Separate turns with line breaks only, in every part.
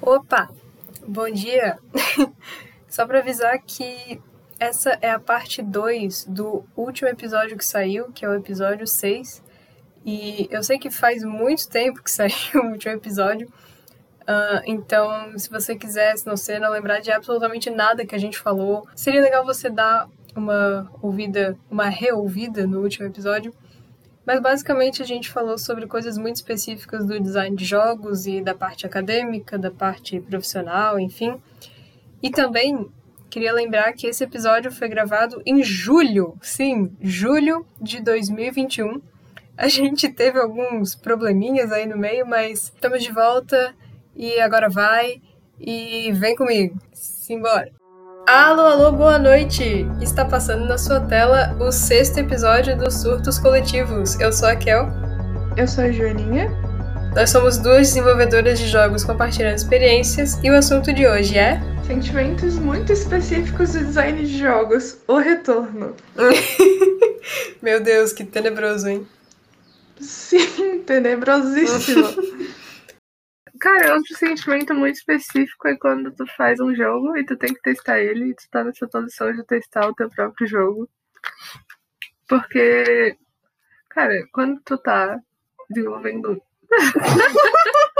Opa, bom dia! Só para avisar que essa é a parte 2 do último episódio que saiu, que é o episódio 6. E eu sei que faz muito tempo que saiu o último episódio, ah, então se você quiser, se não você não lembrar de absolutamente nada que a gente falou, seria legal você dar uma ouvida, uma reouvida no último episódio. Mas basicamente a gente falou sobre coisas muito específicas do design de jogos e da parte acadêmica, da parte profissional, enfim. E também queria lembrar que esse episódio foi gravado em julho, sim, julho de 2021. A gente teve alguns probleminhas aí no meio, mas estamos de volta e agora vai e vem comigo. Simbora! Alô, alô, boa noite! Está passando na sua tela o sexto episódio dos Surtos Coletivos. Eu sou a Kel.
Eu sou a Joaninha.
Nós somos duas desenvolvedoras de jogos compartilhando experiências e o assunto de hoje é.
Sentimentos muito específicos do design de jogos. O retorno.
Meu Deus, que tenebroso, hein?
Sim, tenebrosíssimo. Cara, outro sentimento muito específico é quando tu faz um jogo e tu tem que testar ele e tu tá nessa posição de testar o teu próprio jogo. Porque, cara, quando tu tá desenvolvendo. um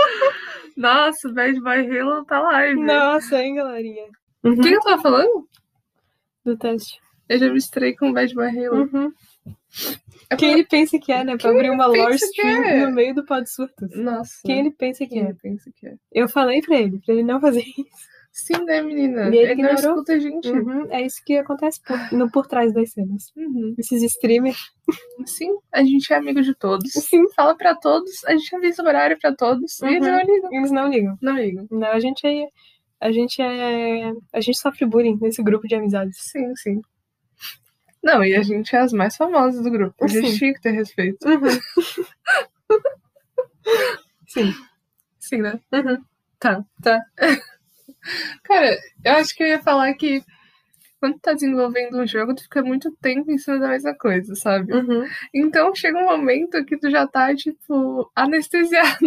Nossa, Bad Boy Halo tá live.
Nossa, hein, galerinha?
O
Uhum.
que, que eu tava falando?
Do teste.
Eu já misturei com Bad Boy Halo. É
Uhum. Quem ele pensa que é, né? Pra abrir uma
ele
lore
pensa que
stream
é?
no meio do pó de surtos.
por- Nossa.
Quem ele pensa que
Quem
é?
ele pensa que é?
Eu falei pra ele, pra ele não fazer isso.
Sim, né, menina?
E ele
Ele, Hum. não
ignorou?
escuta a gente.
Uhum, é isso que acontece por, no por trás das cenas.
Uhum.
Esses streamers.
Sim, a gente é amigo de todos.
Sim.
Fala pra todos, a gente avisa o horário pra todos. E eles
Uhum.
não ligam.
Eles não ligam.
Não ligam.
Não, a gente é. A gente é. A gente sofre bullying nesse grupo de amizades.
Sim, sim. Não, e a gente é as mais famosas do grupo. A gente
Sim.
tinha que ter respeito.
Sim.
Sim, né?
Tá, tá.
Cara, eu acho que eu ia falar que quando tu tá desenvolvendo um jogo, tu fica muito tempo em cima da mesma coisa, sabe?
Uhum,
Então chega um momento que tu já tá, tipo, anestesiada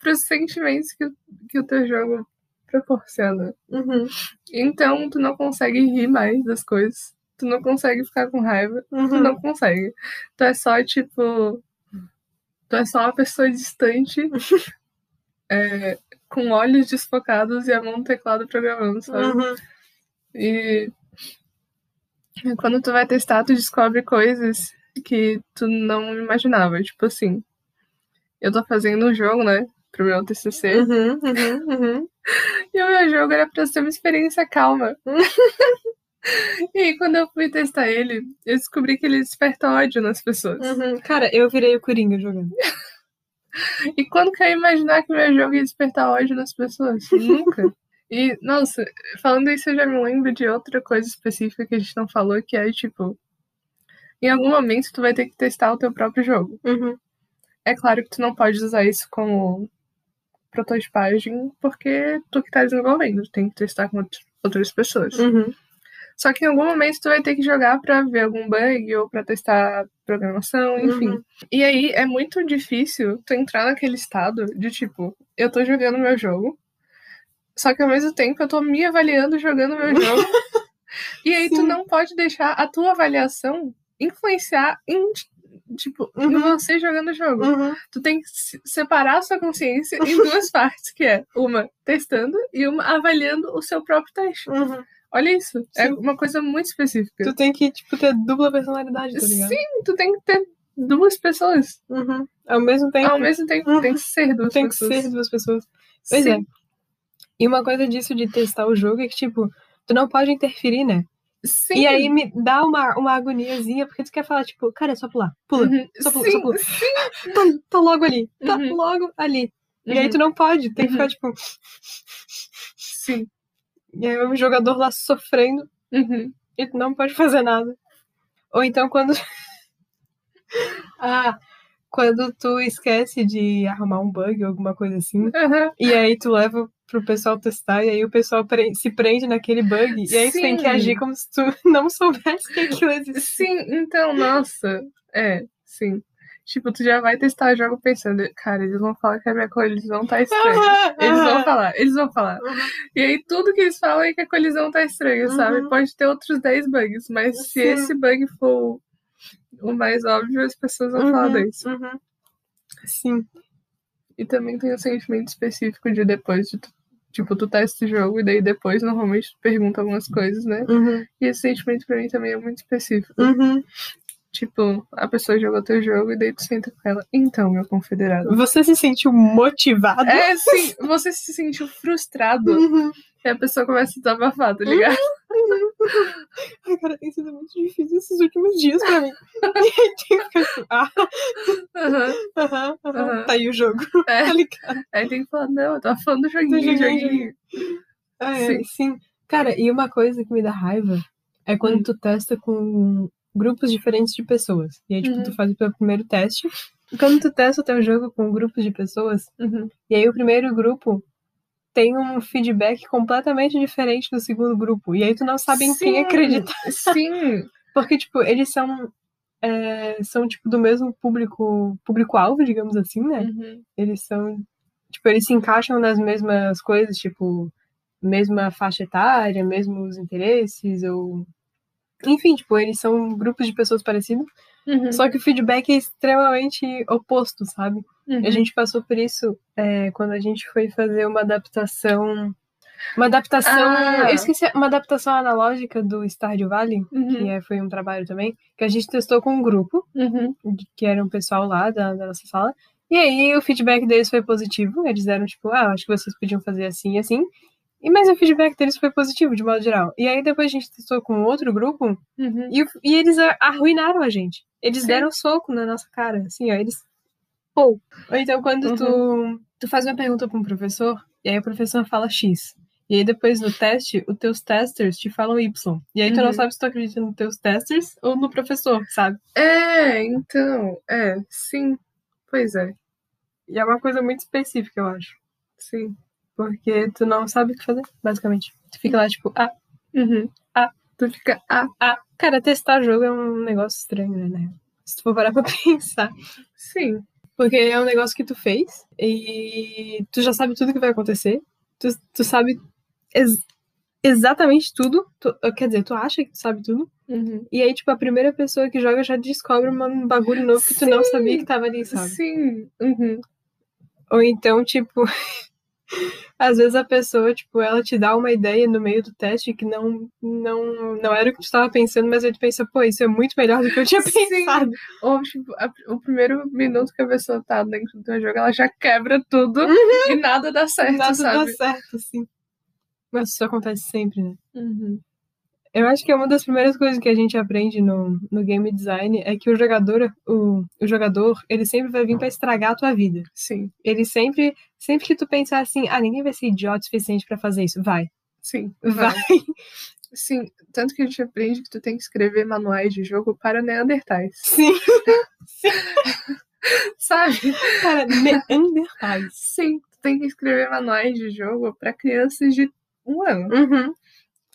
pros sentimentos que, o- que o teu jogo proporciona.
Uhum.
Então tu não consegue rir mais das coisas. Tu não consegue ficar com raiva. Tu
Uhum.
não consegue. Tu é só, tipo. Tu é só uma pessoa distante. é, com olhos desfocados e a mão no teclado programando, sabe?
Uhum.
E quando tu vai testar, tu descobre coisas que tu não imaginava. Tipo assim, eu tô fazendo um jogo, né? Pro meu TCC.
Uhum. Uhum. Uhum.
E o meu jogo era pra ser uma experiência calma.
Uhum.
e aí, quando eu fui testar ele, eu descobri que ele desperta ódio nas pessoas.
Uhum. Cara, eu virei o Coringa jogando.
E quando que eu ia imaginar que meu jogo ia despertar ódio nas pessoas? Nunca. E, nossa, falando isso, eu já me lembro de outra coisa específica que a gente não falou, que é, tipo, em algum momento tu vai ter que testar o teu próprio jogo.
Uhum.
É claro que tu não pode usar isso como prototipagem, porque tu que tá desenvolvendo, tu tem que testar com out- outras pessoas.
Uhum.
Só que em algum momento tu vai ter que jogar pra ver algum bug ou pra testar programação, enfim.
Uhum.
E aí é muito difícil tu entrar naquele estado de tipo, eu tô jogando meu jogo, só que ao mesmo tempo eu tô me avaliando jogando meu jogo. e aí tu
Sim.
não pode deixar a tua avaliação influenciar em tipo, em
Uhum.
você jogando o jogo.
Uhum.
Tu tem que se- separar a sua consciência em duas partes, que é uma testando e uma avaliando o seu próprio teste.
Uhum.
Olha isso, é
Sim.
uma coisa muito específica.
Tu tem que, tipo, ter dupla personalidade, tá ligado?
Sim, tu tem que ter duas pessoas.
Uhum. Ao mesmo tempo,
Ao mesmo tempo, tem que ser duas
tem que
Ah, pessoas.
ser duas pessoas. Pois é. E uma coisa disso de testar o jogo é que, tipo, tu não pode interferir, né?
Sim.
E aí me dá uma, uma agoniazinha, porque tu quer falar, tipo, cara, é só pular, pula.
Uhum,
Só pula,
sim,
só pula. Tá, tá logo ali, tá
Uhum.
logo ali. E aí
uhum,
tu não pode, tem que
Uhum.
ficar, tipo,
Sim.
e aí o um jogador lá sofrendo.
Uhum.
e tu não pode fazer nada. Ou então quando. ah, quando tu esquece de arrumar um bug ou alguma coisa assim,
Aham,
e aí tu leva pro pessoal testar, e aí o pessoal pre- se prende naquele bug, e aí tu tem que
Sim.
agir como se tu não soubesse que aquilo existia.
Sim, então, nossa. É, sim. Tipo, tu já vai testar o jogo pensando, cara, eles vão falar que a minha colisão tá estranha. Eles vão falar, eles vão falar. E aí tudo que eles falam é que a colisão tá estranha, sabe?
Uhum.
Pode ter outros 10 bugs, mas se
Sim.
esse bug for o mais óbvio, as pessoas vão falar desse.
Uhum. Sim.
E também tem o sentimento específico de depois de tu, tipo, tu testa o jogo e daí depois normalmente tu pergunta algumas coisas, né?
Uhum.
E esse sentimento pra mim também é muito específico.
Uhum.
Tipo, a pessoa jogou teu jogo e daí tu senta com ela. Então, meu confederado.
Você se sentiu motivado?
É, sim, você se sentiu frustrado
Uhum.
e a pessoa começa a desabafar, tá ligado?
Ai, cara, tem sido muito difícil esses últimos dias pra mim. Tem que ficar assim, ah,
Aham.
aham, aham,
Aham.
Tá aí o jogo.
É.
Tá ligado?
Aí tem que falar, não, eu tava falando do joguinho,
Do joguinho,
joguinho.
Ah, é, sim. Cara, e uma coisa que me dá raiva é quando
Hum.
tu testa com grupos diferentes de pessoas. E aí, tipo,
Uhum.
tu faz o teu primeiro teste. E quando tu testa o teu jogo com grupos de pessoas,
Uhum.
E aí o primeiro grupo tem um feedback completamente diferente do segundo grupo. E aí tu não sabe em quem
Sim.
acreditar.
Sim,
Porque, tipo, eles são. é, são, tipo, do mesmo público. Público-alvo, digamos assim, né?
uhum.
Eles são. Tipo, eles se encaixam nas mesmas coisas, tipo, mesma faixa etária, mesmos interesses, ou. Enfim, tipo, eles são grupos de pessoas parecidos.
Uhum.
Só que o feedback é extremamente oposto, sabe?
Uhum.
A gente passou por isso é, quando a gente foi fazer uma adaptação. Uma adaptação.
Ah.
Eu esqueci, uma adaptação analógica do Stardew Valley, que
Uhum.
é, foi um trabalho também, que a gente testou com um grupo,
Uhum.
de- que era um pessoal lá da, da nossa sala. E aí o feedback deles foi positivo. Eles deram, tipo, ah, acho que vocês podiam fazer assim e assim. E, mas o feedback deles foi positivo, de modo geral. E aí depois a gente testou com outro grupo,
Uhum.
e, o- e eles a- arruinaram a gente. Eles
Sim.
deram soco na nossa cara, assim, ó. Eles. Pô. Ou então, quando
Uhum.
tu, tu faz uma pergunta pra um professor, e aí o professor fala X. E aí depois no teste, os teus testers te falam Y. E aí tu não
Uhum.
sabe se tu acredita nos teus testers ou no professor, sabe?
É, então, é, sim. Pois é,
E é uma coisa muito específica, eu acho.
sim.
Porque tu não sabe o que fazer, basicamente. Tu fica lá, tipo, ah,
Uhum. Ah, tu fica, ah,
ah. Cara, testar jogo é um negócio estranho, né, né? Se tu for parar pra pensar.
sim.
Porque é um negócio que tu fez e tu já sabe tudo que vai acontecer. Tu, tu sabe ex- exatamente tudo. Tu- quer dizer, tu acha que tu sabe tudo.
Uhum.
E aí, tipo, a primeira pessoa que joga já descobre uma- um bagulho novo que tu não
Sim.
sabia que tava ali, sabe?
Sim. Uhum.
Ou então, tipo. Às vezes a pessoa, tipo, ela te dá uma ideia no meio do teste que não, não, não era o que tu tava pensando, mas aí tu pensa, pô, isso é muito melhor do que eu tinha
Sim.
pensado.
Ou, tipo, a- o primeiro minuto que a pessoa tá dentro do teu jogo, ela já quebra tudo e nada dá certo,
Nada dá
sabe?
certo, assim. Mas isso acontece sempre, né?
Uhum.
Eu acho que é uma das primeiras coisas que a gente aprende no, no game design é que o jogador, o, o jogador, ele sempre vai vir pra estragar a tua vida.
Sim,
Ele sempre, sempre que tu pensar assim, ah, ninguém vai ser idiota o suficiente pra fazer isso, vai.
sim.
Vai.
Sim, tanto que a gente aprende que tu tem que escrever manuais de jogo para Neandertais.
Sim,
Sabe?
cara, Neandertais.
Sim, tu tem que escrever manuais de jogo para crianças de um ano.
Uhum.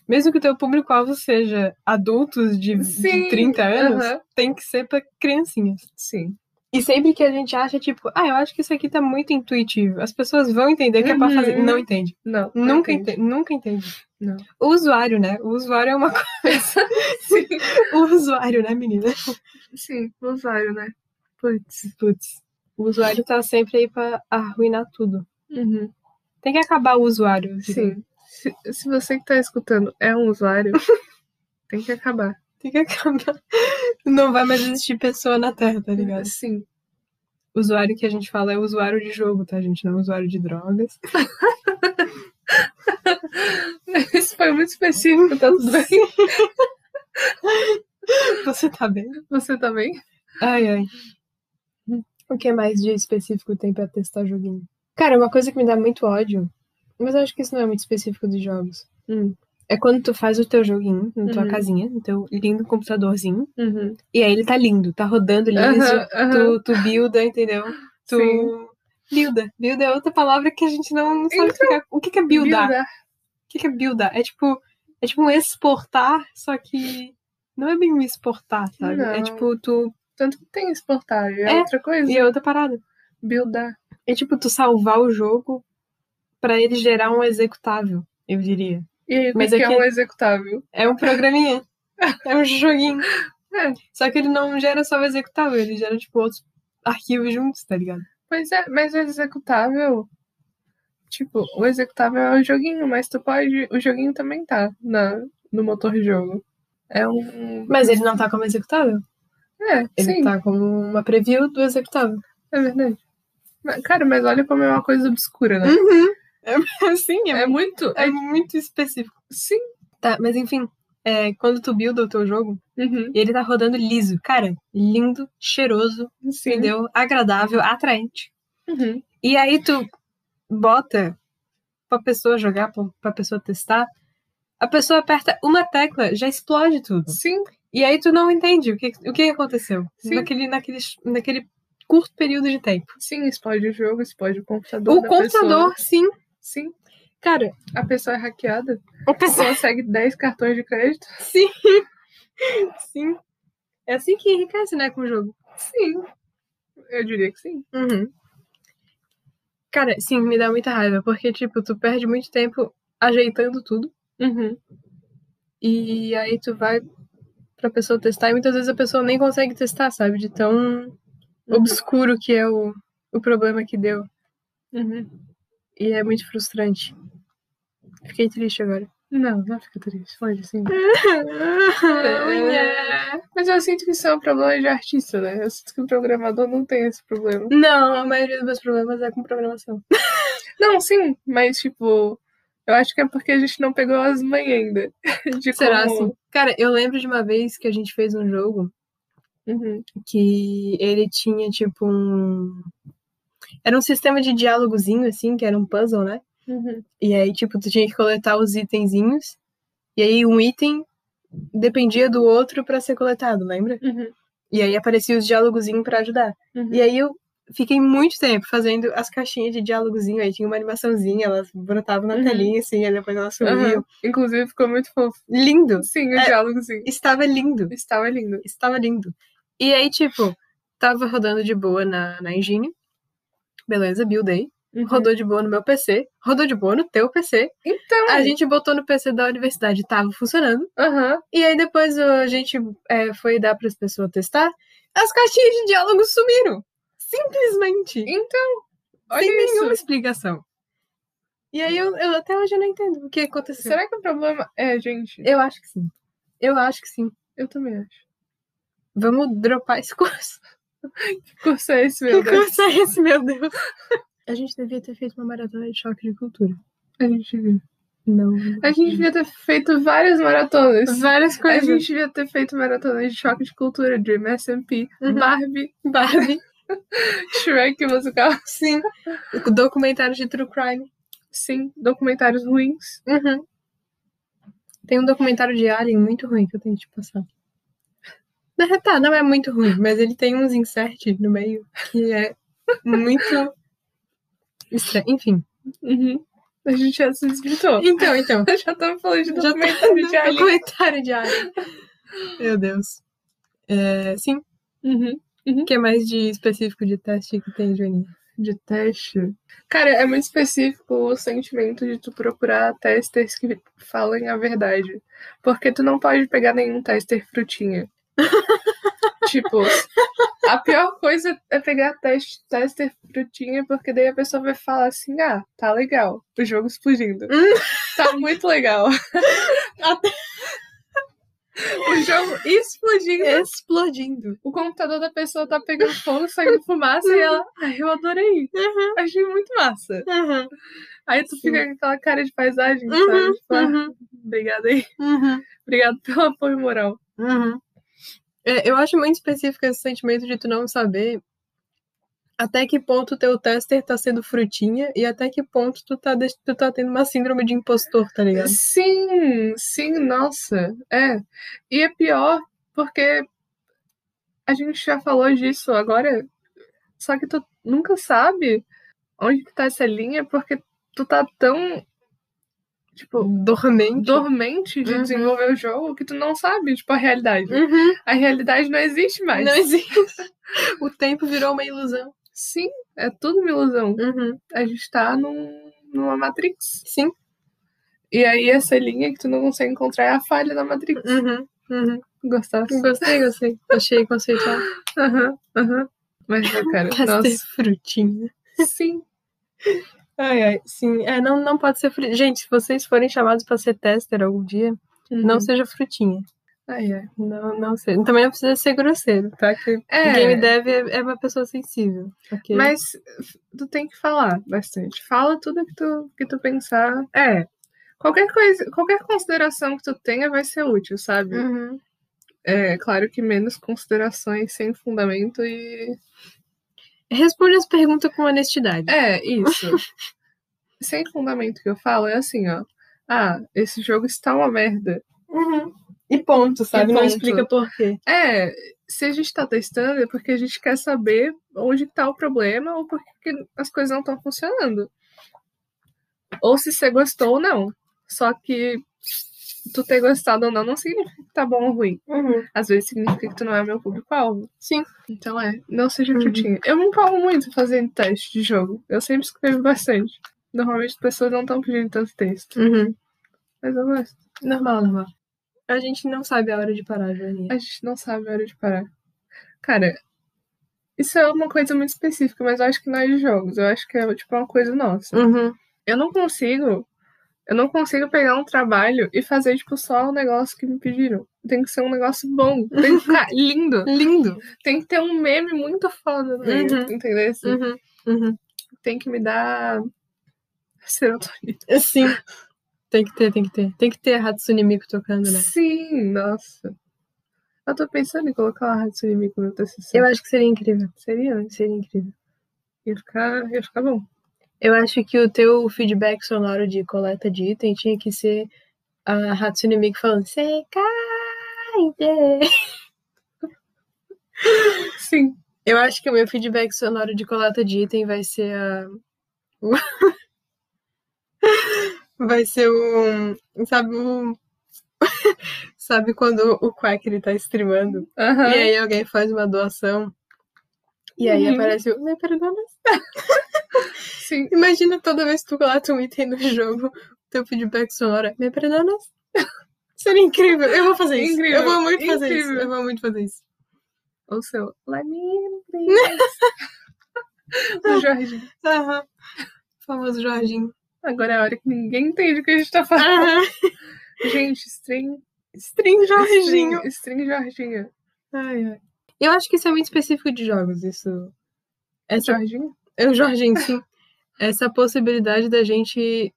Mesmo que o teu público-alvo seja adultos de, de
Sim,
30 anos,
aham.
tem que ser pra criancinhas.
Sim.
E sempre que a gente acha, tipo, ah, eu acho que isso aqui tá muito intuitivo, as pessoas vão entender que é pra
Uhum.
fazer. Não entende.
Não. não
Nunca
entendi.
entende. Nunca entende.
Não.
O usuário, né? O usuário é uma coisa.
Sim,
O usuário, né, menina?
sim, usuário, né? Putz.
Putz. O usuário tá sempre aí pra arruinar tudo.
Uhum.
Tem que acabar o usuário. eu diria.
Sim. Se, se você que tá escutando é um usuário, tem que acabar.
Tem que acabar. Não vai mais existir pessoa na Terra, tá ligado?
Sim.
O usuário que a gente fala é o usuário de jogo, tá, gente? Não é usuário de drogas.
Isso foi muito específico, tá tudo bem?
Você tá bem?
Você também?
Ai, ai. O que mais de específico tem pra testar joguinho? Cara, uma coisa que me dá muito ódio, mas eu acho que isso não é muito específico dos jogos.
Hum.
É quando tu faz o teu joguinho na tua
Uhum.
casinha, no teu lindo computadorzinho,
Uhum.
e aí ele tá lindo, tá rodando liso,
Aham,
tu, tu builda, entendeu? Tu.
Sim.
Builda. Builda é outra palavra que a gente não sabe explicar. O que que é buildar? O que que é buildar? É tipo, é tipo um exportar, só que não é bem um exportar, sabe? É
Não.
tipo tu
Tanto que tem exportável. É,
É,
outra coisa.
E é outra parada.
Buildar.
É tipo tu salvar o jogo pra ele gerar um executável, eu diria.
E aí, o
Mas
que, que
é
é
que-
um executável?
É um programinha. é um joguinho.
É.
Só que ele não gera só o executável, ele gera, tipo, outros arquivos juntos, tá ligado?
Pois é, mas o executável. Tipo, o executável é o joguinho, mas tu pode. O joguinho também tá na, no motor jogo. É um.
Mas ele não tá como executável.
É,
Ele
sim,
tá como uma preview do executável.
é verdade. Mas, Cara, mas olha como é uma coisa obscura, né?
Sim,
É muito.
é muito específico.
Sim.
Tá, mas enfim, é, quando tu builda o teu jogo,
Uhum.
e ele tá rodando liso. Cara, lindo, cheiroso,
Sim.
entendeu? Agradável, atraente.
Uhum.
E aí tu bota pra pessoa jogar, pra, pra pessoa testar. A pessoa aperta uma tecla, já explode tudo.
Sim,
E aí tu não entende o que, o que aconteceu
Sim.
naquele, naquele, naquele curto período de tempo.
sim, explode o jogo, explode o computador.
O
da pessoa. né?
computador, sim.
Sim,
Cara,
a pessoa é hackeada,
a pessoa,
consegue 10 cartões de crédito.
sim. sim. É assim que enriquece, né, com o jogo.
Sim, eu diria que sim.
Uhum. Cara, sim, me dá muita raiva, porque, tipo, tu perde muito tempo ajeitando tudo,
Uhum.
e aí tu vai pra pessoa testar, e muitas vezes a pessoa nem consegue testar, sabe? De tão obscuro que é o, o problema que deu.
Uhum.
E é muito frustrante. Fiquei triste agora.
Não, não fica triste, longe assim.
Unha.
Mas eu sinto que isso é um problema de artista, né? Eu sinto que o programador não tem esse problema.
Não, a maioria dos meus problemas é com programação.
Não, sim, mas tipo, eu acho que é porque a gente não pegou as mães ainda. De
Será
como...
assim? Cara, eu lembro de uma vez que a gente fez um jogo
Uhum.
que ele tinha tipo um. Era um sistema de diálogozinho, assim, que era um puzzle, né?
Uhum.
E aí, tipo, tu tinha que coletar os itenzinhos. E aí, um item dependia do outro pra ser coletado, lembra?
Uhum.
E aí aparecia os diálogozinhos pra ajudar.
Uhum.
E aí eu fiquei muito tempo fazendo as caixinhas de diálogozinho. Aí tinha uma animaçãozinha, elas brotavam na
Uhum.
telinha, assim, aí depois elas sumiam.
Uhum. Inclusive ficou muito fofo.
Lindo!
Sim, o
É.
diálogo sim.
Estava lindo!
Estava lindo.
estava lindo. E aí, tipo, tava rodando de boa na, na Engine. Beleza, buildei.
Uhum.
Rodou de boa no meu PC. Rodou de boa no teu PC.
Então,
A gente botou no PC da universidade, tava funcionando.
aham.
E aí depois ó, a gente é, foi dar pras pessoas testar. As caixinhas de diálogo sumiram. Simplesmente.
Então, olha
sem
isso.
nenhuma explicação. E aí eu, eu até hoje não entendo o que aconteceu.
Será que o problema é, gente?
Eu acho que sim. Eu acho que sim.
Eu também acho.
Vamos dropar esse curso.
Que curso é esse, meu
que
Deus?
curso é esse, meu Deus? A gente devia ter feito uma maratona de choque de cultura.
A gente viu.
Não.
A gente devia ter feito várias maratonas.
Várias
A
coisas.
gente devia ter feito maratonas de choque de cultura, Dream SMP,
Uhum.
Barbie,
Barbie.
Shrek musical.
Sim. Documentário de true crime.
Sim, documentários ruins.
Uhum. Tem um documentário de Alien muito ruim que eu tenho que te passar. Na real, tá, não é muito ruim, mas ele tem uns inserts no meio que é muito estranho. Enfim.
Uhum. A gente já se desvirtuou.
Então, então.
Já estamos falando de
Já
documentário de alien.
Documentário de Alien. Meu Deus. É, sim.
Uhum.
O que é mais de específico de teste que tem, Joaninha?
De teste. Cara, é muito específico o sentimento de tu procurar testers que falem a verdade. Porque tu não pode pegar nenhum tester frutinha. tipo, a pior coisa é pegar teste, tester frutinha, porque daí a pessoa vai falar assim: ah, tá legal, o jogo explodindo. tá muito legal. o jogo explodindo.
Explodindo.
O computador da pessoa tá pegando fogo, saindo fumaça e ela, ai, eu adorei. Achei muito massa.
Uhum,
Aí tu
Sim.
fica com aquela cara de paisagem,
Uhum,
sabe? Tipo, ah,
uhum,
obrigada aí.
uhum,
Obrigado pelo apoio moral.
uhum. É, eu acho muito específico esse sentimento de tu não saber até que ponto o teu tester tá sendo frutinha e até que ponto tu tá, deix- tu tá tendo uma síndrome de impostor, tá ligado?
Sim, sim, nossa. É. E é pior porque a gente já falou disso agora, só que tu nunca sabe onde que tá essa linha porque tu tá tão tipo,
dormente.
dormente de
Uhum.
desenvolver o jogo que tu não sabe, tipo, a realidade.
Uhum.
A realidade não existe mais.
Não existe. o tempo virou uma ilusão.
Sim, é tudo uma ilusão.
Uhum.
A gente tá num, numa Matrix.
Sim.
E aí essa linha que tu não consegue encontrar é a falha da Matrix.
Uhum. Uhum.
Gostasse?
Gostei, gostei. Achei conceitual.
Aham, aham. Mas, né, cara,
Nossa.
nossa,
frutinha.
sim.
Ai, ai. Sim, é, não, não pode ser frutinha. Gente, se vocês forem chamados pra ser tester algum dia, Uhum. não seja frutinha.
Ai, ai.
Não, não sei. Também não precisa ser grosseiro, tá? Que
É.
game dev é, é uma pessoa sensível. ok?
Mas f- tu tem que falar bastante. Fala tudo que tu, que tu pensar. É. Qualquer coisa, qualquer consideração que tu tenha vai ser útil, sabe?
Uhum.
É claro que menos considerações sem fundamento e.
Responde as perguntas com honestidade.
É, isso. sem fundamento que eu falo é assim, ó. Ah, esse jogo está uma merda.
Uhum. E ponto, sabe?
E
Não
ponto.
explica por quê.
É, se a gente tá testando é porque a gente quer saber onde tá o problema ou por que que as coisas não estão funcionando. Ou se você gostou ou não. Só que tu ter gostado ou não não significa que tá bom ou ruim.
Uhum.
Às vezes significa que tu não é meu público-alvo.
Sim.
Então é, não seja
Uhum.
frutinha. Eu me empolgo muito fazendo teste de jogo. Eu sempre escrevo bastante. Normalmente as pessoas não estão pedindo tanto texto.
Uhum.
Mas eu gosto.
Normal, normal. A gente não sabe a hora de parar, Joaninha.
A gente não sabe a hora de parar. Cara, isso é uma coisa muito específica, mas eu acho que não é de jogos. Eu acho que é tipo uma coisa nossa.
Uhum.
Eu não consigo. Eu não consigo pegar um trabalho e fazer, tipo, só o negócio que me pediram. Tem que ser um negócio bom. Tem que ficar lindo.
Lindo.
Tem que ter um meme muito foda no meio,
Uhum.
entendeu? Assim,
Uhum. Uhum.
Tem que me dar serotonina.
Sim. Tem que ter, tem que ter. Tem que ter a Hatsune Miku tocando, né?
Sim, nossa. Eu tô pensando em colocar uma rádio inimigo no meu TCC.
Eu acho que seria incrível.
Seria, né?
Seria incrível.
Ia ficar, ia ficar bom.
Eu acho que o teu feedback sonoro de coleta de item tinha que ser a Hatsune Miku falando Sekai!
Sim.
Eu acho que o meu feedback sonoro de coleta de item vai ser a... o- vai ser o... Sabe o... Sabe quando o Quack ele tá streamando?
Aham.
E aí alguém faz uma doação e aí
Uhum.
aparece o... Me perdona
Sim.
Imagina toda vez que tu coleta um item no jogo, teu feedback sonoro é me perdonas? Seria incrível. Eu vou fazer isso.
Incrível,
Eu vou muito fazer isso.
incrível.
Eu vou muito fazer isso.
Ou seu Let me in, please. Do Jorginho.
Aham. Famoso Jorginho.
Agora é a hora que ninguém entende o que a gente tá falando.
Aham.
Gente, string.
String Ah. Jorginho.
String, string Jorginho.
Ai, ai. Eu acho que isso é muito específico de jogos, isso. Essa...
Jorginho?
É o Jorginho, sim. Essa possibilidade da gente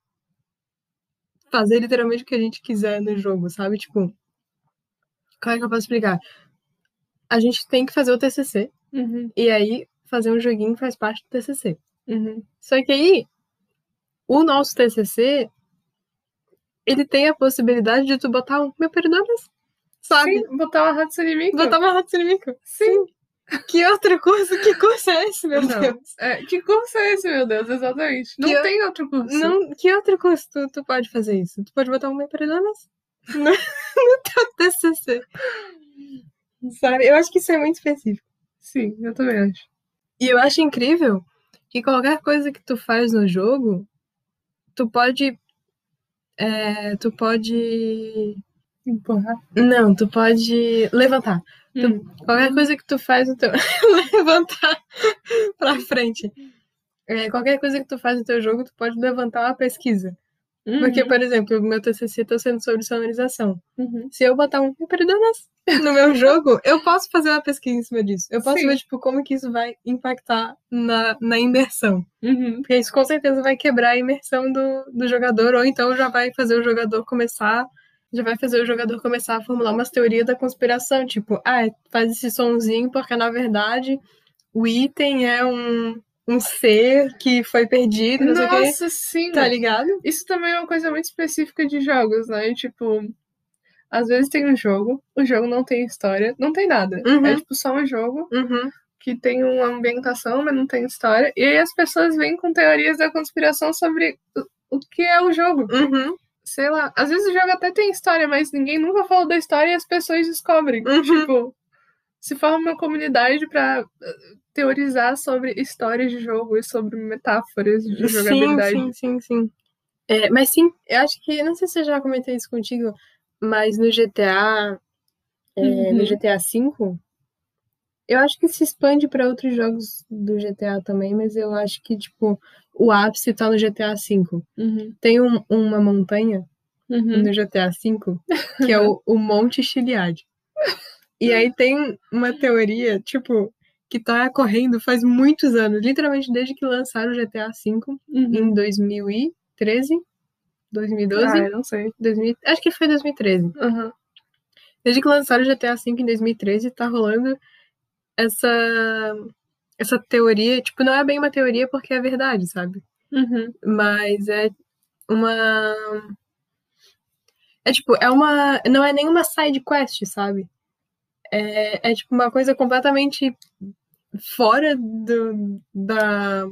fazer literalmente o que a gente quiser no jogo, sabe? Tipo, como é que eu posso explicar? A gente tem que fazer o TCC.
Uhum.
E aí, fazer um joguinho faz parte do TCC.
Uhum.
Só que aí, o nosso TCC, ele tem a possibilidade de tu botar um meu perdonas, sabe?
Sim, botar uma rádio inimigo.
Botar uma Hatsune Miku.
Sim.
Que outro curso? Que curso é esse, meu
Não.
Deus?
É, que curso é esse, meu Deus? Exatamente. Não
Que eu-
tem outro curso.
Não, que outro curso tu, tu pode fazer isso? Tu pode botar um meu perdonas no, no teu TCC. Sabe? Eu acho que isso é muito específico.
Sim, eu também acho.
E eu acho incrível que qualquer coisa que tu faz no jogo, tu pode. é, tu pode.
Empurrar.
Não, tu pode levantar. Tu-
Hum.
Qualquer coisa que tu faz no teu. levantar pra frente. É, qualquer coisa que tu faz no teu jogo, tu pode levantar uma pesquisa.
Hum.
Porque, por exemplo, o meu TCC tá sendo sobre sonorização.
Uhum.
Se eu botar um perdonas no meu jogo, eu posso fazer uma pesquisa em cima disso. Eu posso
Sim.
ver, tipo, como que isso vai impactar na, na imersão.
Uhum.
Porque isso com certeza vai quebrar a imersão do, do jogador, ou então já vai fazer o jogador começar. Já vai fazer o jogador começar a formular umas teorias da conspiração, tipo, ah, faz esse sonzinho porque na verdade o item é um, um ser que foi perdido, não sei o
Nossa, sim.
quê. Tá ligado?
Isso também é uma coisa muito específica de jogos, né? Tipo, às vezes tem um jogo, o jogo não tem história, não tem nada.
Uhum.
É tipo só um jogo
Uhum.
que tem uma ambientação, mas não tem história. E aí as pessoas vêm com teorias da conspiração sobre o- o que é o jogo,
Uhum.
sei lá, às vezes o jogo até tem história, mas ninguém nunca falou da história e as pessoas descobrem. Uhum. Tipo, se forma uma comunidade para teorizar sobre histórias de jogo e sobre metáforas de jogabilidade.
Sim, sim, sim, sim. É, mas sim, eu acho que, não sei se eu já comentei isso contigo, mas no GTA, é, uhum. no GTA V, eu acho que se expande para outros jogos do GTA também, mas eu acho que, tipo, o ápice tá no GTA V. Uhum. Tem um, uma montanha uhum. no GTA V, que é o, o Monte Chiliade. E aí tem uma teoria, tipo, que tá correndo faz muitos anos, literalmente desde que lançaram o GTA V,
Uhum.
em 2013, 2012?
Ah, eu não sei.
2000, acho que foi 2013.
Uhum.
Desde que lançaram o GTA V em 2013, tá rolando essa essa teoria, tipo, não é bem uma teoria porque é verdade, sabe?
Uhum.
Mas é uma é tipo, é uma não é nenhuma side quest, sabe? É, é tipo uma coisa completamente fora do, da,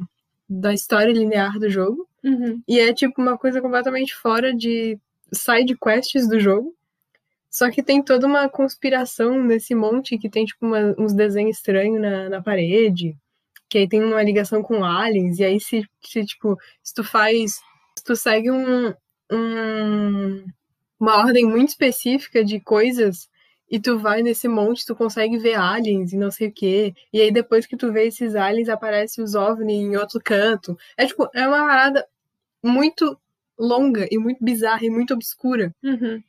da história linear do jogo.
Uhum.
E é tipo uma coisa completamente fora de side quests do jogo. Só que tem toda uma conspiração nesse monte que tem, tipo, uma, uns desenhos estranhos na, na parede. Que aí tem uma ligação com aliens. E aí, se, se tipo, se tu faz. Se tu segue um, um, uma ordem muito específica de coisas. E tu vai nesse monte, tu consegue ver aliens e não sei o quê. E aí, depois que tu vê esses aliens, aparece os OVNI em outro canto. É tipo, é uma parada muito longa e muito bizarra e muito obscura.
Uhum.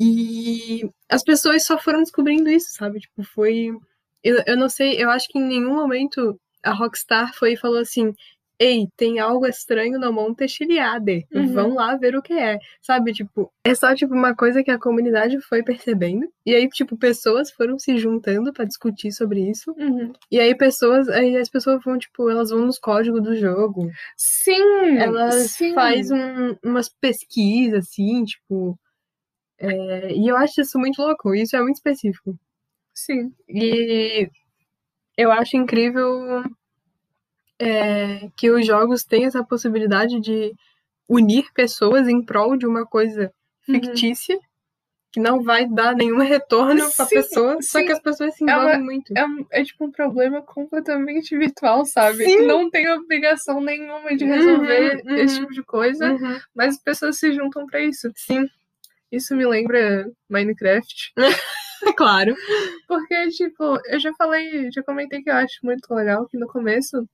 E as pessoas só foram descobrindo isso, sabe? Tipo, foi. Eu, eu não sei, eu acho que em nenhum momento a Rockstar foi e falou assim: Ei, tem algo estranho no Monte Chiliade, uhum. vão lá ver o que é, sabe? Tipo, é só tipo uma coisa que a comunidade foi percebendo, e aí, tipo, pessoas foram se juntando para discutir sobre isso,
uhum.
e aí pessoas, aí as pessoas vão, tipo, elas vão nos códigos do jogo.
Sim!
Elas
sim.
faz um, umas pesquisas, assim, tipo. É, e eu acho isso muito louco, isso é muito específico.
Sim.
E eu acho incrível é, que os jogos têm essa possibilidade de unir pessoas em prol de uma coisa fictícia. Uhum. Que não vai dar nenhum retorno pra
Sim,
pessoa, só
sim.
que as pessoas se envolvem
É uma-
muito.
É, um- é, tipo um problema completamente virtual, sabe?
Sim.
Não tem obrigação nenhuma de resolver
Uhum, uhum.
esse tipo de coisa,
Uhum.
mas as pessoas se juntam pra isso.
Sim,
Isso me lembra Minecraft.
é claro.
Porque, tipo, eu já falei, já comentei que eu acho muito legal que no começo,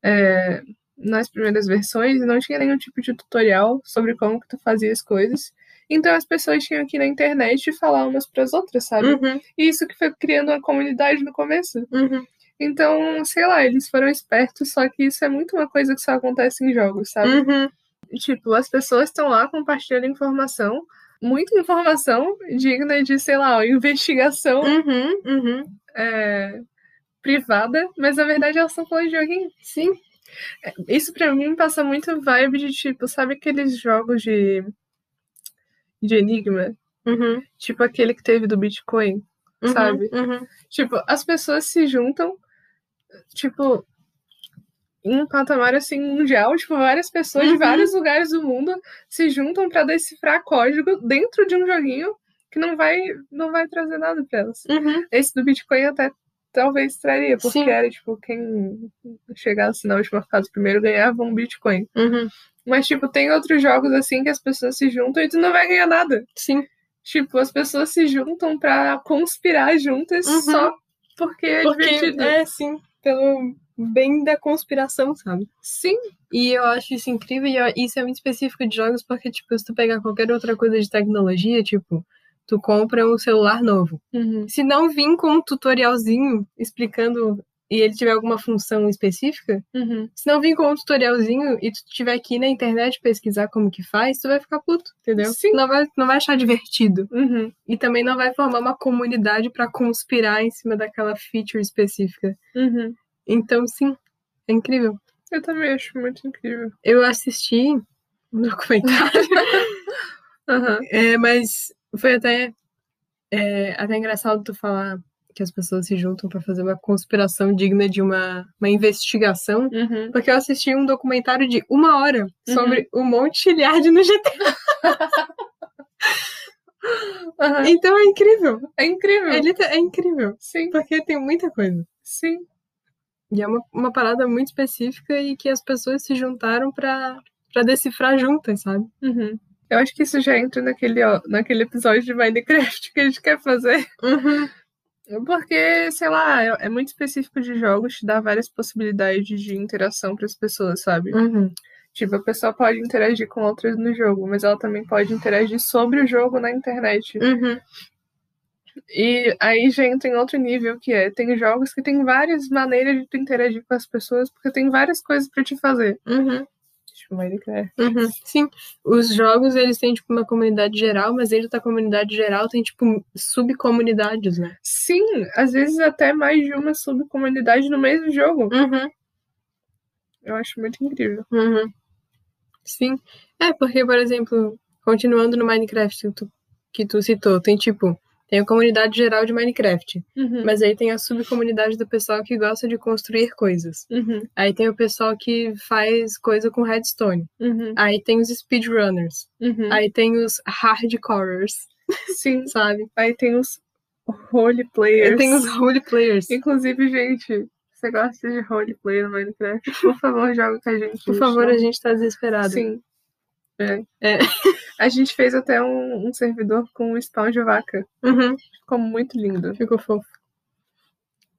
é, nas primeiras versões, não tinha nenhum tipo de tutorial sobre como que tu fazia as coisas. Então as pessoas tinham que ir na internet e falar umas pras outras, sabe?
Uhum,
E isso que foi criando uma comunidade no começo.
uhum.
Então, sei lá, eles foram espertos, só que isso é muito uma coisa que só acontece em jogos, sabe?
Uhum.
Tipo, as pessoas estão lá compartilhando informação, muita informação digna de, sei lá, uma investigação
Uhum, uhum.
é, privada, mas na verdade elas estão falando de joguinho.
Sim.
Isso pra mim passa muito vibe de tipo, sabe aqueles jogos de, de enigma?
Uhum.
Tipo aquele que teve do Bitcoin,
uhum,
sabe?
Uhum.
Tipo, as pessoas se juntam, tipo, em um patamar assim mundial, tipo, várias pessoas de
Uhum.
vários lugares do mundo se juntam pra decifrar código dentro de um joguinho que não vai não vai trazer nada pra elas.
Uhum.
Esse do Bitcoin até talvez traria, porque
Sim.
era tipo quem chegasse na última fase primeiro ganhava um Bitcoin.
Uhum.
Mas tipo, tem outros jogos assim que as pessoas se juntam e tu não vai ganhar nada.
Sim.
Tipo, as pessoas se juntam pra conspirar juntas
Uhum.
só porque é
Porque
divertido.
é sim, pelo bem da conspiração, sabe?
Sim,
E eu acho isso incrível e eu- isso é muito específico de jogos, porque, tipo, se tu pegar qualquer outra coisa de tecnologia, tipo, tu compra um celular novo. Se não vir com um tutorialzinho explicando e ele tiver alguma função específica, se não vir com um tutorialzinho e tu tiver que ir na internet pesquisar como que faz, tu vai ficar puto, entendeu?
Sim.
Não vai, não vai achar divertido.
Uhum.
E também não vai formar uma comunidade pra conspirar em cima daquela feature específica.
Uhum.
Então, sim, é incrível.
Eu também acho muito incrível.
Eu assisti um documentário,
Uhum.
é, mas foi até, é, até engraçado tu falar que as pessoas se juntam pra fazer uma conspiração digna de uma, uma investigação.
Uhum.
Uhum. um Porque eu assisti um documentário de uma hora sobre o Monte Chiliade no GTA.
Aham.
Então é incrível.
É incrível.
É, liter- é incrível.
Sim,
Porque tem muita coisa.
sim.
E é uma, uma parada muito específica e que as pessoas se juntaram pra, pra decifrar juntas, sabe?
Uhum. Eu acho que isso já entra naquele, ó, naquele episódio de Minecraft que a gente quer fazer.
Uhum.
Porque, sei lá, é, é muito específico de jogos, te dá várias possibilidades de interação para as pessoas, sabe?
Uhum.
Tipo, a pessoa pode interagir com outras no jogo, mas ela também pode interagir sobre o jogo na internet.
Uhum.
E aí já entra em outro nível, que é, tem jogos que tem várias maneiras de tu interagir com as pessoas, porque tem várias coisas pra te fazer.
Uhum.
Tipo, Minecraft.
Uhum, Sim, os jogos eles têm tipo uma comunidade geral, mas dentro da comunidade geral tem tipo subcomunidades, né?
Sim, às vezes até mais de uma subcomunidade no mesmo jogo.
Uhum,
Eu acho muito incrível.
uhum. Sim, é porque, por exemplo, continuando no Minecraft que tu, que tu citou, tem tipo, tem a comunidade geral de Minecraft,
Mas-
mas aí tem a subcomunidade do pessoal que gosta de construir coisas.
Uhum.
Aí tem o pessoal que faz coisa com redstone.
Uhum.
Aí tem os speedrunners.
Aí-
Aí tem os hardcorers,
Uhum. sim,
sabe?
aí tem os role
Aí
players.
tem os roleplayers.
Inclusive, gente, você gosta de roleplay no Minecraft? Por favor, joga com a gente.
Por
gente.
favor,
Não-
a gente tá desesperado.
Sim. É.
É.
A gente fez até um, um servidor com um spawn de vaca.
Uhum,
Ficou muito lindo.
ficou fofo.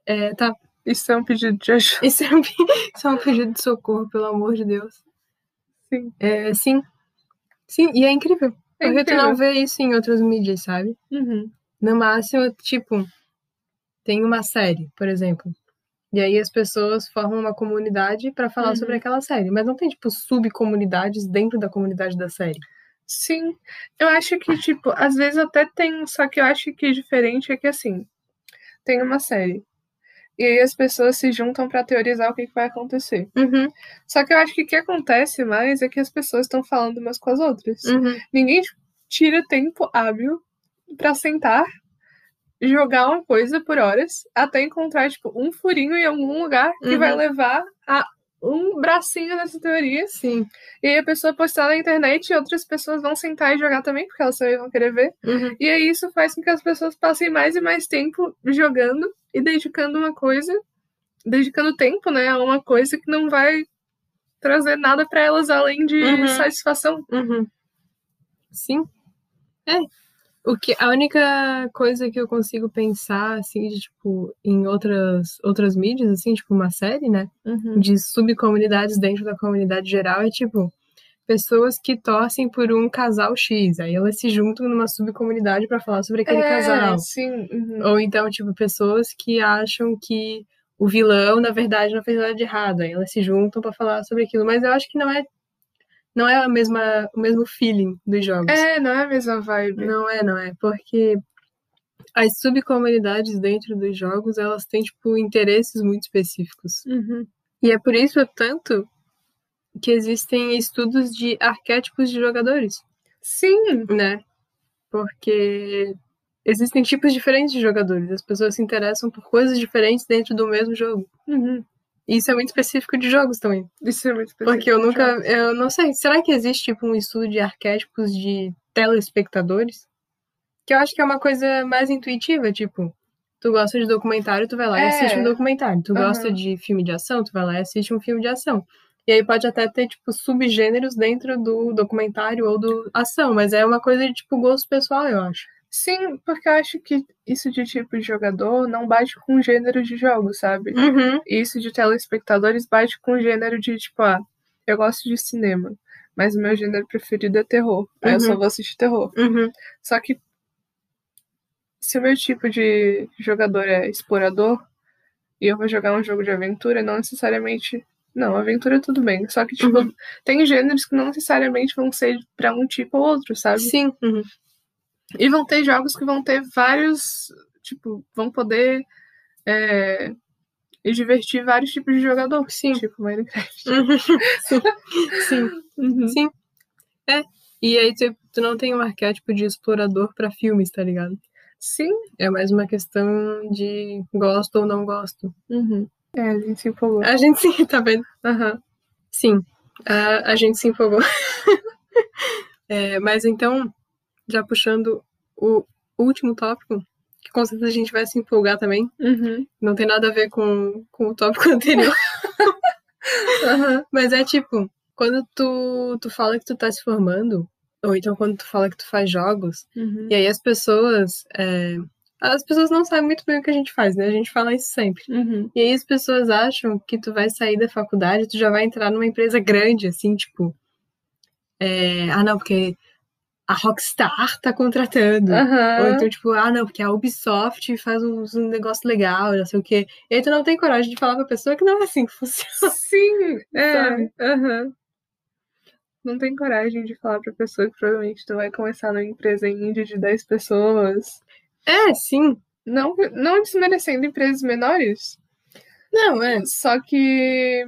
É, tá.
Isso é um pedido de ajuda.
Isso é, um, pe- isso é um pedido de socorro, pelo amor de Deus.
Sim.
É, sim. Sim, e é incrível.
É
porque tu não
incrível.
vê isso em outras mídias, sabe?
Uhum.
No máximo, tipo, tem uma série, por exemplo. E aí as pessoas formam uma comunidade pra falar
Uhum.
sobre aquela série. Mas não tem, tipo, subcomunidades dentro da comunidade da série.
Sim. Eu acho que, tipo, às vezes até tem, só que eu acho que diferente é que assim, tem uma série. E aí as pessoas se juntam pra teorizar o que, que vai acontecer.
Uhum,
Só que eu acho que o que acontece mais é que as pessoas estão falando umas com as outras.
uhum,
Ninguém tira tempo hábil pra sentar, jogar uma coisa por horas, até encontrar, tipo, um furinho em algum lugar que vai
Uhum.
levar a um bracinho dessa teoria.
sim.
E aí a pessoa postar na internet e outras pessoas vão sentar e jogar também, porque elas também vão querer ver.
Uhum,
E aí isso faz com que as pessoas passem mais e mais tempo jogando e dedicando uma coisa, dedicando tempo, né, a uma coisa que não vai trazer nada pra elas além de
Uhum.
satisfação.
Uhum. Sim. É. O que, a única coisa que eu consigo pensar, assim, de, tipo, em outras, outras mídias, assim, tipo uma série, né? De subcomunidades dentro da comunidade geral, é tipo, pessoas que torcem por um casal X. Aí elas se juntam numa subcomunidade pra falar sobre aquele
É,
casal.
Sim. uhum.
Ou então, tipo, pessoas que acham que o vilão, na verdade, não fez nada de errado. Aí elas se juntam pra falar sobre aquilo. Mas eu acho que não é não é a mesma, o mesmo feeling dos jogos.
É, não é a mesma vibe.
Não é, não é. Porque as subcomunidades dentro dos jogos, elas têm, tipo, interesses muito específicos.
Uhum.
E é por isso, tanto, que existem estudos de arquétipos de jogadores,
Sim,
né? Porque existem tipos diferentes de jogadores. As pessoas se interessam por coisas diferentes dentro do mesmo jogo.
uhum.
E isso é muito específico de jogos também.
isso é muito específico.
Porque eu
de
nunca.
jogos.
Eu não sei. Será que existe, tipo, um estudo de arquétipos de telespectadores? Que eu acho que é uma coisa mais intuitiva, tipo. Tu gosta de documentário, tu vai lá e
É.
assiste um documentário. Tu gosta
Aham.
de filme de ação, tu vai lá e assiste um filme de ação. E aí pode até ter, tipo, subgêneros dentro do documentário ou do ação, mas é uma coisa de, tipo, gosto pessoal, eu acho.
Sim, porque eu acho que isso de tipo de jogador não bate com o gênero de jogo, sabe?
Uhum,
E isso de telespectadores bate com o gênero de tipo, ah, eu gosto de cinema, mas o meu gênero preferido é terror. Aí eu só
Uhum.
vou assistir terror.
uhum,
Só que se o meu tipo de jogador é explorador e eu vou jogar um jogo de aventura, não necessariamente. Não, aventura tudo bem. Só que, tipo,
Uhum.
tem gêneros que não necessariamente vão ser pra um tipo ou outro, sabe?
sim, uhum,
E vão ter jogos que vão ter vários. Tipo, vão poder. É, e divertir vários tipos de jogador.
Sim.
Tipo Minecraft.
uhum, sim, sim. Sim. É. E aí tu, tu não tem um arquétipo de explorador pra filmes, tá ligado?
Sim.
É mais uma questão de gosto ou não gosto.
É, a gente se empolgou.
A gente sim, tá vendo?
Aham.
Sim. A, a gente se empolgou. É, mas então, já puxando o último tópico, que com certeza a gente vai se empolgar também.
Uhum.
Não tem nada a ver com, com o tópico anterior.
Aham.
Mas é tipo, quando tu, tu fala que tu tá se formando, ou então quando tu fala que tu faz jogos,
Uhum.
e aí as pessoas. é, as pessoas não sabem muito bem o que a gente faz, né? A gente fala isso sempre.
Uhum.
E aí as pessoas acham que tu vai sair da faculdade, tu já vai entrar numa empresa grande, assim, tipo. é, ah, não, porque a Rockstar tá contratando. Ou
Aham.
então, tipo, ah, não, porque a Ubisoft faz uns- um, negócio legal, não sei o quê. E aí tu não tem coragem de falar pra pessoa que não é assim que funciona.
Sim, é.
Sabe?
aham. Não tem coragem de falar pra pessoa que provavelmente tu vai começar numa empresa indie de 10 pessoas.
É, sim.
Não, não desmerecendo empresas menores,
Não, é.
só que,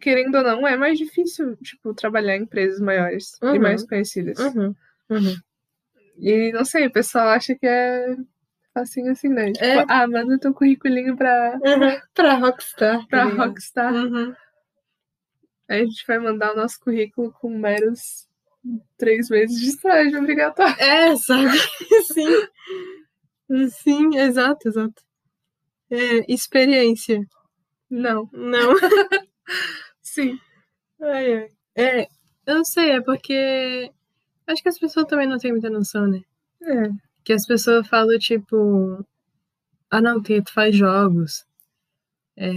querendo ou não, é mais difícil, tipo, trabalhar em empresas maiores e
Uhum.
mais conhecidas.
Uhum, uhum.
E não sei, o pessoal acha que é facinho assim, né? Tipo,
É.
ah, manda teu currículo pra,
pra Rockstar.
pra
tá ligado?
Rockstar.
Uhum.
Aí a gente vai mandar o nosso currículo com meros três meses de estágio obrigatório.
É, sabe? sim. Sim, exato, exato. É, experiência.
Não.
Não.
Sim.
Ai, ai. É, eu não sei, é porque acho que as pessoas também não têm muita noção, né?
É.
Que as pessoas falam, tipo, ah, não, que tu faz jogos, é,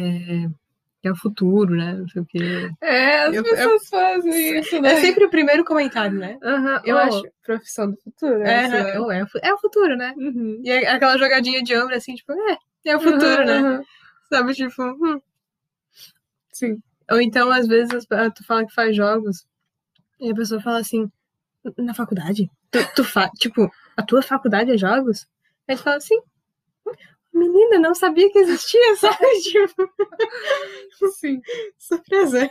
que é o futuro, né? Não sei o quê.
É, as
Eu-
pessoas fazem isso, né?
É sempre o primeiro comentário, né?
Aham, Eu
Oh.
acho profissão do futuro.
É,
essa, né?
é, o- é, o fu- é o futuro, né?
Uhum.
E é aquela jogadinha de ombro, assim, tipo, é, é o futuro,
Aham,
né?
aham.
Sabe, tipo, hum.
Sim.
Ou então, às vezes, as- ah, tu fala que faz jogos, e a pessoa fala assim, na faculdade? Tu, tu fa tipo, a tua faculdade é jogos? Aí tu fala assim, menina, não sabia que existia, sabe? Tipo,
Sim.
surpresa.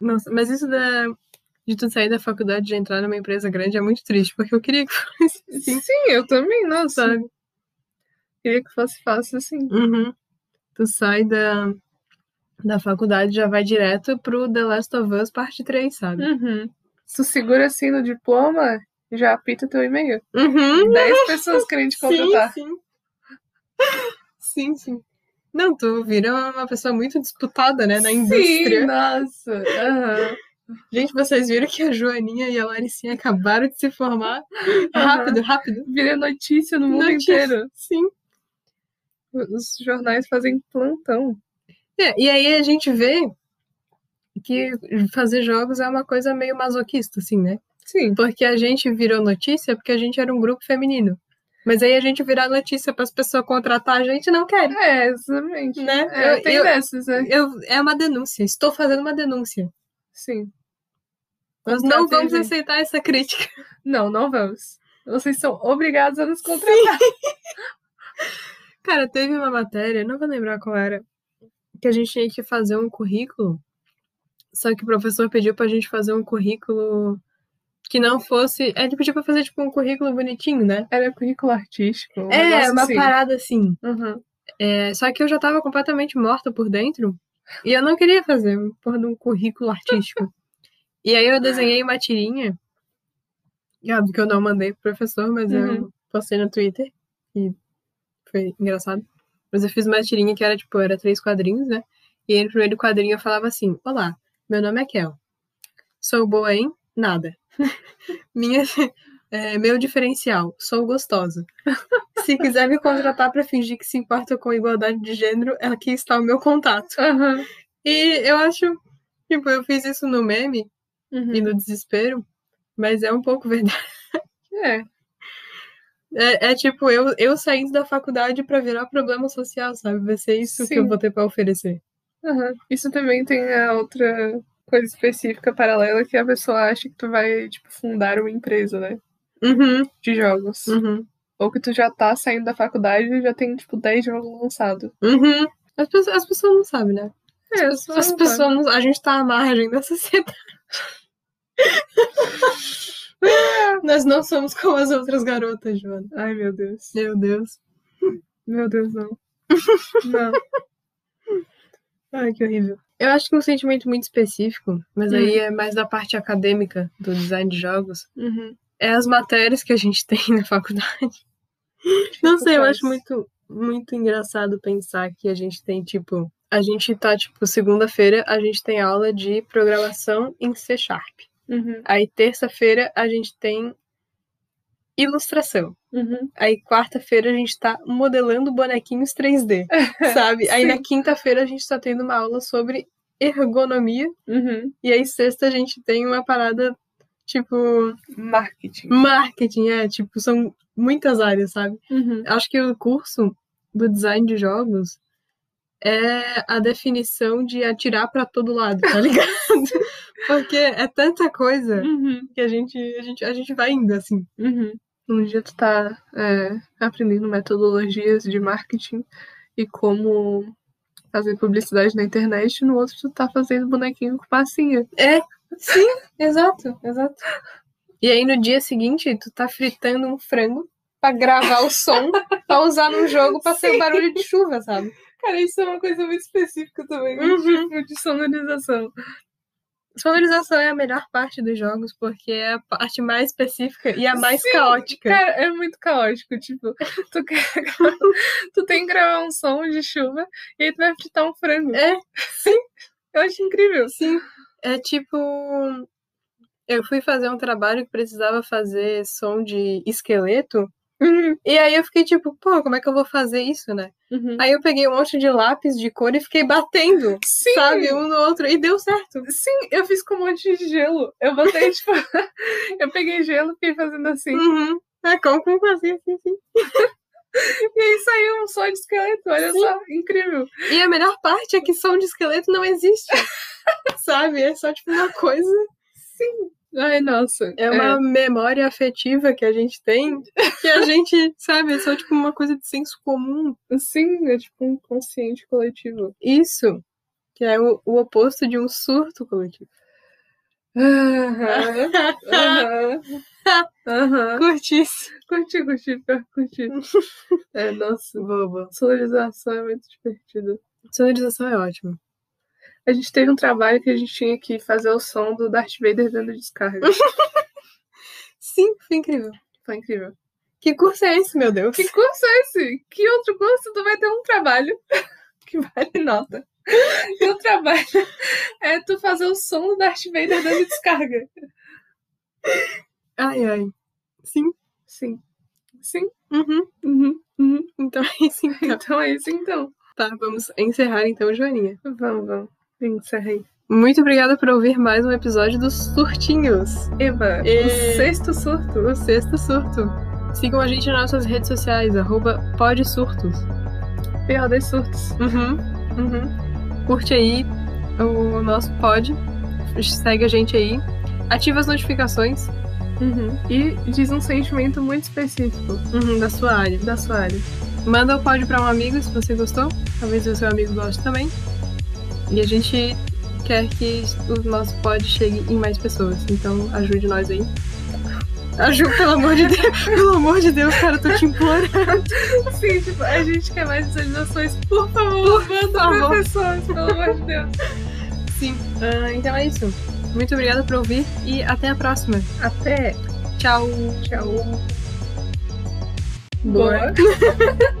Nossa, mas isso da, de tu sair da faculdade e entrar numa empresa grande é muito triste, porque eu queria que fosse assim,
Sim. eu também, nossa.
sabe?
Queria que fosse fácil assim.
Uhum. Tu sai da, da faculdade e já vai direto pro The Last of Us Parte 3, sabe?
Uhum. Tu segura assim no diploma, já apita teu e-mail.
Uhum.
Dez pessoas querendo te contratar.
Sim, sim. sim, sim. Não, tu vira uma pessoa muito disputada, né, na indústria.
Sim, nossa. Aham.
Gente, vocês viram que a Joaninha e a Laricinha acabaram de se formar? Rápido, rápido.
Vira notícia no mundo
Notícia.
inteiro.
Sim.
Os jornais fazem plantão.
É, e aí a gente vê que fazer jogos é uma coisa meio masoquista, assim, né?
Sim.
Porque a gente virou notícia porque a gente era um grupo feminino. Mas aí a gente virar notícia para as pessoas contratar a gente não querem,
É, exatamente.
né?
É,
Eu-
tem
eu-
dessas, né?
eu- é uma denúncia. Estou fazendo uma denúncia.
Sim.
Nós não
Contratem
vamos
a gente.
aceitar essa crítica.
Não, não vamos. Vocês são obrigados a nos contratar.
Cara, teve uma matéria, não vou lembrar qual era, que a gente tinha que fazer um currículo. Só que o professor pediu pra gente fazer um currículo que não fosse. é, Ele pediu pra fazer, tipo, um currículo bonitinho, né?
Era currículo artístico. Um
É,
negócio
uma
assim.
parada assim.
Uhum.
É, só que eu já tava completamente morta por dentro. E eu não queria fazer um porra de um currículo artístico. e aí eu desenhei uma tirinha. E óbvio que eu não mandei pro professor, mas eu postei no Twitter. E foi engraçado. Mas eu fiz uma tirinha que era, tipo, era três quadrinhos, né? E aí no primeiro quadrinho eu falava assim: Olá, meu nome é Kel. Sou boa em nada. Minha, é, meu diferencial, sou gostosa. Se quiser me contratar pra fingir que se importa com igualdade de gênero, aqui está o meu contato.
Aham.
E eu acho, tipo, eu fiz isso no meme
Uhum.
e no desespero, mas é um pouco verdade.
É.
É, é tipo, eu, eu saindo da faculdade pra virar problema social, sabe? Vai ser isso que eu
Sim.
vou ter pra oferecer.
Aham. Isso também tem a outra coisa específica paralela que a pessoa acha que tu vai, tipo, fundar uma empresa, né?
Uhum,
De jogos.
uhum,
Ou que tu já tá saindo da faculdade e já tem, tipo, 10 jogos lançados.
uhum. As, pessoas- as pessoas não sabem, né?
É,
As pessoas, as pessoas não- a gente tá à margem da sociedade. Nós não somos como as outras garotas, Joana.
Ai, meu Deus.
Meu Deus.
Meu Deus, não. Não.
Ai, que horrível. Eu acho que um sentimento muito específico,
Hum.
mas aí é mais da parte acadêmica do design de jogos,
Uhum.
é as matérias que a gente tem na faculdade. Não sei, eu acho muito, muito engraçado pensar que a gente tem, tipo, a gente tá, tipo, segunda-feira a gente tem aula de programação em C Sharp.
Uhum.
Aí terça-feira a gente tem ilustração.
Uhum.
Aí quarta-feira a gente tá modelando bonequinhos 3D, sabe? Aí na quinta-feira a gente tá tendo uma aula sobre ergonomia.
Uhum.
E aí sexta a gente tem uma parada, tipo,
Marketing.
marketing, é, tipo, são muitas áreas, sabe?
Uhum.
Acho que o curso do design de jogos é a definição de atirar pra todo lado, tá ligado? Porque é tanta coisa
Uhum.
que a gente, a gente, a gente vai indo, assim.
Uhum. Um dia tu tá é, aprendendo metodologias de marketing e como fazer publicidade na internet, e no outro tu tá fazendo bonequinho com massinha.
É, Exato, exato. E aí no dia seguinte, tu tá fritando um frango pra gravar o som, pra usar num jogo pra ser um barulho de chuva, sabe?
Cara, isso é uma coisa muito específica também, né?
Uhum.
tipo de sonorização.
Sonorização é a melhor parte dos jogos, porque é a parte mais específica e a mais
Sim,
caótica.
Cara, é muito caótico, tipo, tu, quer... tu tem que gravar um som de chuva e aí tu vai fritar um frango.
É,
Eu acho incrível.
Sim. É tipo. Eu fui fazer um trabalho que precisava fazer som de esqueleto. E aí eu fiquei tipo, pô, como é que eu vou fazer isso, né? Aí eu peguei um monte de lápis de cor e fiquei batendo,
Sim,
sabe, um no outro. E deu certo.
sim, eu fiz com um monte de gelo. Eu botei, tipo, eu peguei gelo, fiquei fazendo assim.
Uhum. É como que eu fazia assim, assim.
E aí saiu um som de esqueleto, olha
Sim.
só, incrível.
E a melhor parte é que som de esqueleto não existe. sabe? É só tipo uma coisa.
Ai, nossa.
É uma memória afetiva que a gente tem. Que a gente, sabe, é só tipo uma coisa de senso comum.
É, sim, é tipo um consciente coletivo.
Isso. Que é o, o oposto de um surto coletivo.
Aham, aham, aham.
Curti isso.
Curti, curti, pior que curti. É, nossa.
Boba.
Sonorização é muito divertido.
Sonorização é ótimo.
A gente teve um trabalho que a gente tinha que fazer o som do Darth Vader dando descarga.
Sim, foi incrível.
Foi incrível.
Que curso é esse, meu Deus?
Que curso é esse? Que outro curso tu vai ter um trabalho que vale nota? E o trabalho é tu fazer o som do Darth Vader dando descarga.
Ai, ai. Sim.
Sim. Sim.
Uhum.
Uhum. Uhum.
Então é isso, então.
Então é isso então.
Tá, vamos encerrar então, Joaninha.
Vamos, vamos. Encerrei.
Muito obrigada por ouvir mais um episódio dos Surtinhos,
Eva,
E-
o sexto surto.
o sexto surto. Sigam a gente nas nossas redes sociais, arroba podsurtos.
Pior dos surtos.
Uhum, uhum. Curte aí o nosso pod, segue a gente aí, ativa as notificações
E diz um sentimento muito específico
uhum, da sua área.
da sua área.
Manda o pod pra um amigo se você gostou, talvez o seu amigo goste também. E a gente quer que o nosso pod chegue em mais pessoas, então ajude nós aí. Ajuda, pelo amor de Deus, pelo amor de Deus, cara, eu tô te implorando.
Sim, tipo, a gente quer mais visualizações. Por favor, manda pra
favor.
pessoas, pelo amor de Deus.
Sim. Ah, então é isso. Muito obrigada por ouvir e até a próxima.
Até.
Tchau.
Tchau.
Boa.
Boa.